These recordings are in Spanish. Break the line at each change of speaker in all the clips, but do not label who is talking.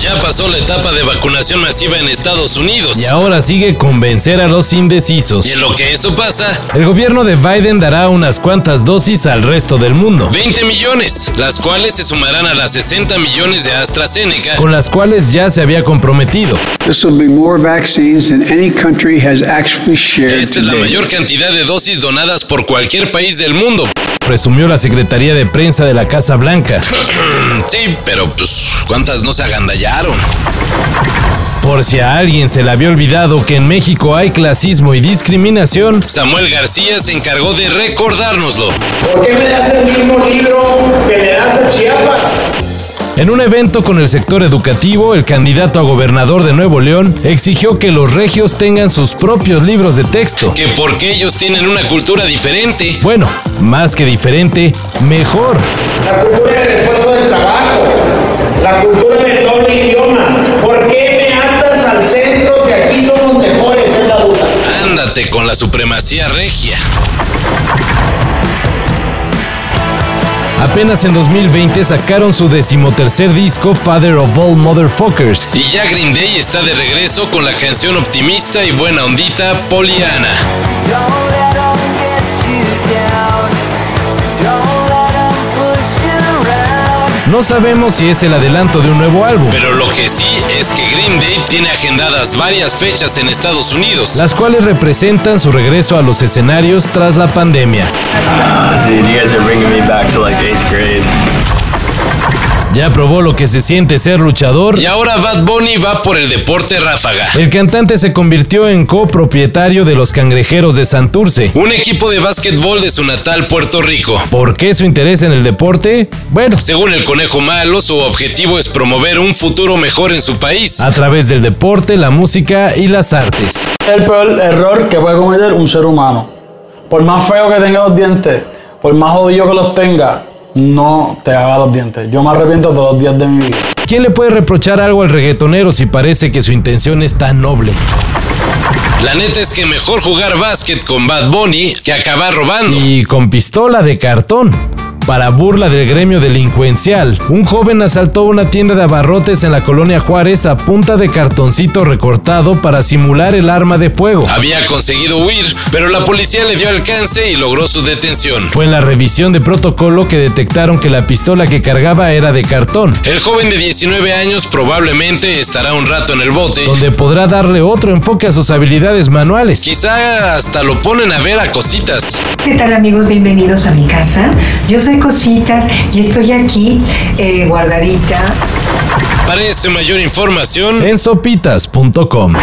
Ya pasó la etapa de vacunación masiva en Estados Unidos.
Y ahora sigue convencer a los indecisos.
Y en lo que eso pasa,
El gobierno de Biden dará unas cuantas dosis al resto del mundo,
20 millones, las cuales se sumarán a las 60 millones de AstraZeneca.
con las cuales ya se había comprometido.
This will be more vaccines than any country has actually shared
Esta es la
today.
mayor cantidad de dosis donadas por cualquier país del mundo.
Presumió la Secretaría de Prensa de la Casa Blanca.
Sí, pero pues, ¿cuántas no se agandallaron?
Por si a alguien se le había olvidado que en México hay clasismo y discriminación,
Samuel García se encargó de recordárnoslo.
¿Por qué me das el mismo libro que le das a Chiapas?
En un evento con el sector educativo, el candidato a gobernador de Nuevo León exigió que los regios tengan sus propios libros de texto.
Que porque ellos tienen una cultura diferente.
Bueno, más que diferente, mejor.
La cultura del esfuerzo del trabajo, la cultura del doble idioma. ¿Por qué me atas al centro si aquí somos mejores? Es la duda.
Ándate con la supremacía regia.
Apenas en 2020 sacaron su decimotercer disco, Father of All Motherfuckers.
Y ya Green Day está de regreso con la canción optimista y buena ondita Poliana.
Don't let 'em get you down. Don't let 'em push you around.
No sabemos si es el adelanto de un nuevo álbum,
Pero lo que sí es que Green Day tiene agendadas varias fechas en Estados Unidos.
las cuales representan su regreso a los escenarios tras la pandemia.
Dude, you guys are bringing me back to like eighth grade.
Ya probó lo que se siente ser luchador
Y ahora Bad Bunny va por el deporte ráfaga.
El cantante se convirtió en copropietario de los cangrejeros de Santurce.
Un equipo de básquetbol de su natal Puerto Rico.
¿Por qué su interés en el deporte? Bueno,
Según el Conejo Malo, su objetivo es promover un futuro mejor en su país.
a través del deporte, la música y las artes.
el peor error que puede cometer un ser humano. Por más feo que tenga los dientes, por más jodido que los tenga, no te haga los dientes. Yo me arrepiento todos los días de mi vida.
¿Quién le puede reprochar algo al reggaetonero si parece que su intención es tan noble?
La neta es que mejor jugar básquet con Bad Bunny que acabar robando.
Y con pistola de cartón. Para burla del gremio delincuencial, un joven asaltó una tienda de abarrotes en la colonia Juárez a punta de cartoncito recortado para simular el arma de fuego.
Había conseguido huir, pero la policía le dio alcance y logró su detención.
Fue en la revisión de protocolo que detectaron que la pistola que cargaba era de cartón,
El joven de 19 años probablemente estará un rato en el bote.
donde podrá darle otro enfoque a sus habilidades manuales.
Quizá hasta lo ponen a ver a cositas.
¿Qué tal amigos? Bienvenidos a mi casa. Yo soy Cositas y estoy aquí eh, guardadita.
Para esta mayor información,
En sopitas.com.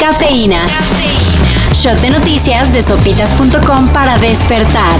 Cafeína. Shot de noticias de sopitas.com para despertar.